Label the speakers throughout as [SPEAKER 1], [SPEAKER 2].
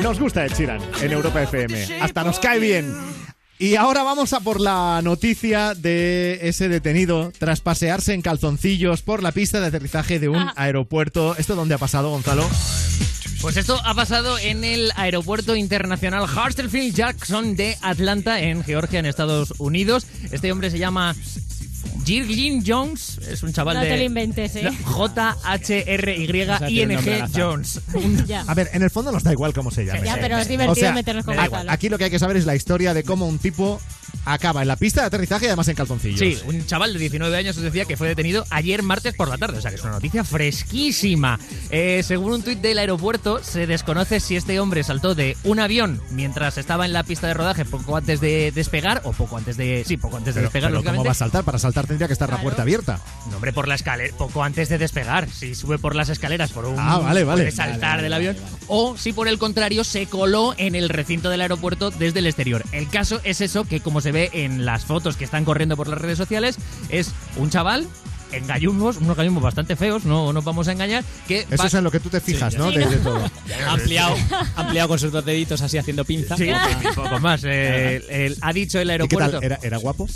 [SPEAKER 1] Nos gusta Ed Sheeran en Europa FM. Hasta nos cae bien. Y ahora vamos a por la noticia de ese detenido tras pasearse en calzoncillos por la pista de aterrizaje de un
[SPEAKER 2] Ah.
[SPEAKER 1] aeropuerto. ¿Esto dónde ha pasado, Gonzalo?
[SPEAKER 2] Pues esto ha pasado en el Aeropuerto Internacional Hartsfield Jackson de Atlanta, en Georgia, en Estados Unidos. Este hombre se llama Jirgin Jones, es un chaval
[SPEAKER 3] No
[SPEAKER 2] de...
[SPEAKER 3] te lo inventes, ¿eh?
[SPEAKER 2] J-H-R-Y-N-G Jones.
[SPEAKER 3] ya.
[SPEAKER 1] A ver, en el fondo nos da igual cómo se llame.
[SPEAKER 3] Ya, pero es
[SPEAKER 1] O
[SPEAKER 3] divertido
[SPEAKER 1] sea,
[SPEAKER 3] meternos con
[SPEAKER 1] a-
[SPEAKER 3] Gonzalo.
[SPEAKER 1] aquí lo que hay que saber es la historia de cómo un tipo acaba en la pista de aterrizaje y además en calzoncillos.
[SPEAKER 2] Sí, un chaval de 19 años os decía que fue detenido ayer martes por la tarde, o sea que es una noticia fresquísima. Eh, según un tuit del aeropuerto, se desconoce si este hombre saltó de un avión mientras estaba en la pista de rodaje poco antes de despegar o poco antes de... Sí, poco antes de
[SPEAKER 1] Pero,
[SPEAKER 2] despegar,
[SPEAKER 1] pero ¿cómo
[SPEAKER 2] lógicamente.
[SPEAKER 1] va a saltar? Para saltar tendría que estar la puerta abierta.
[SPEAKER 2] No, hombre, por la escalera, poco antes de despegar. Si sube por las escaleras, por un.
[SPEAKER 1] Ah, vale, vale.
[SPEAKER 2] puede saltar
[SPEAKER 1] Vale, vale,
[SPEAKER 2] del avión. O si por el contrario se coló en el recinto del aeropuerto desde el exterior. El caso es eso, que como se ve en las fotos que están corriendo por las redes sociales, es un chaval. En gallumbos, unos gallumbos bastante feos, no nos vamos a engañar, que
[SPEAKER 1] Eso
[SPEAKER 2] va-
[SPEAKER 1] es en lo que tú te fijas,
[SPEAKER 4] Sí,
[SPEAKER 1] ¿no?
[SPEAKER 3] Sí,
[SPEAKER 1] De-
[SPEAKER 3] ¿no?
[SPEAKER 1] de todo.
[SPEAKER 4] Ampliado, ampliado con sus dos deditos así haciendo pinza.
[SPEAKER 2] Sí, poco, poco más. eh, el- el- ha dicho el
[SPEAKER 1] ¿Y qué
[SPEAKER 2] aeropuerto.
[SPEAKER 1] tal? ¿Era, era guapo?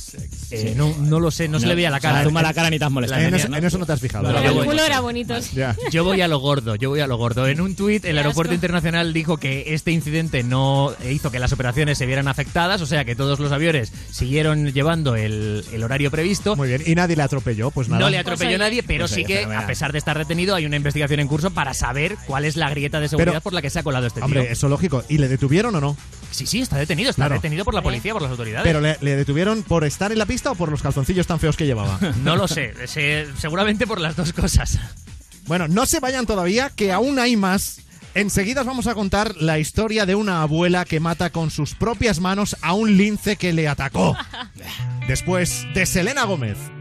[SPEAKER 2] Eh, no, no lo sé, no, se le veía la cara.
[SPEAKER 4] Tú la cara ni te has
[SPEAKER 1] En,
[SPEAKER 4] molestado.
[SPEAKER 1] eso, en eso no te has fijado.
[SPEAKER 4] Pero
[SPEAKER 3] Pero el
[SPEAKER 2] bueno.
[SPEAKER 3] culo era bonito.
[SPEAKER 1] Ya.
[SPEAKER 2] Yo voy a lo gordo, yo voy a lo gordo. En un tuit, el
[SPEAKER 3] Qué
[SPEAKER 2] aeropuerto
[SPEAKER 3] asco.
[SPEAKER 2] internacional dijo que este incidente no eh, hizo que las operaciones se vieran afectadas, o sea que todos los aviones siguieron llevando el, el horario previsto.
[SPEAKER 1] Muy bien. Y nadie le atropelló, pues nada.
[SPEAKER 2] No le atropelló
[SPEAKER 3] Pues oye.
[SPEAKER 2] nadie, pero
[SPEAKER 1] Pues
[SPEAKER 2] sí
[SPEAKER 1] oye,
[SPEAKER 2] que,
[SPEAKER 1] fenomenal.
[SPEAKER 2] a pesar de estar detenido, hay una investigación en curso para saber cuál es la grieta de seguridad
[SPEAKER 1] Pero-
[SPEAKER 2] por la que se ha colado este tío.
[SPEAKER 1] Hombre, eso lógico. ¿Y le detuvieron o no?
[SPEAKER 2] sí, sí, está detenido, está
[SPEAKER 1] Claro.
[SPEAKER 2] detenido por la policía, por las autoridades.
[SPEAKER 1] ¿Pero le, le detuvieron por estar en la pista o por los calzoncillos tan feos que llevaba?
[SPEAKER 2] No lo sé, se- seguramente por las dos cosas.
[SPEAKER 1] bueno, no se vayan todavía, que aún hay más. Enseguida os vamos a contar la historia de una abuela que mata con sus propias manos a un lince que le atacó. Después de Selena Gómez.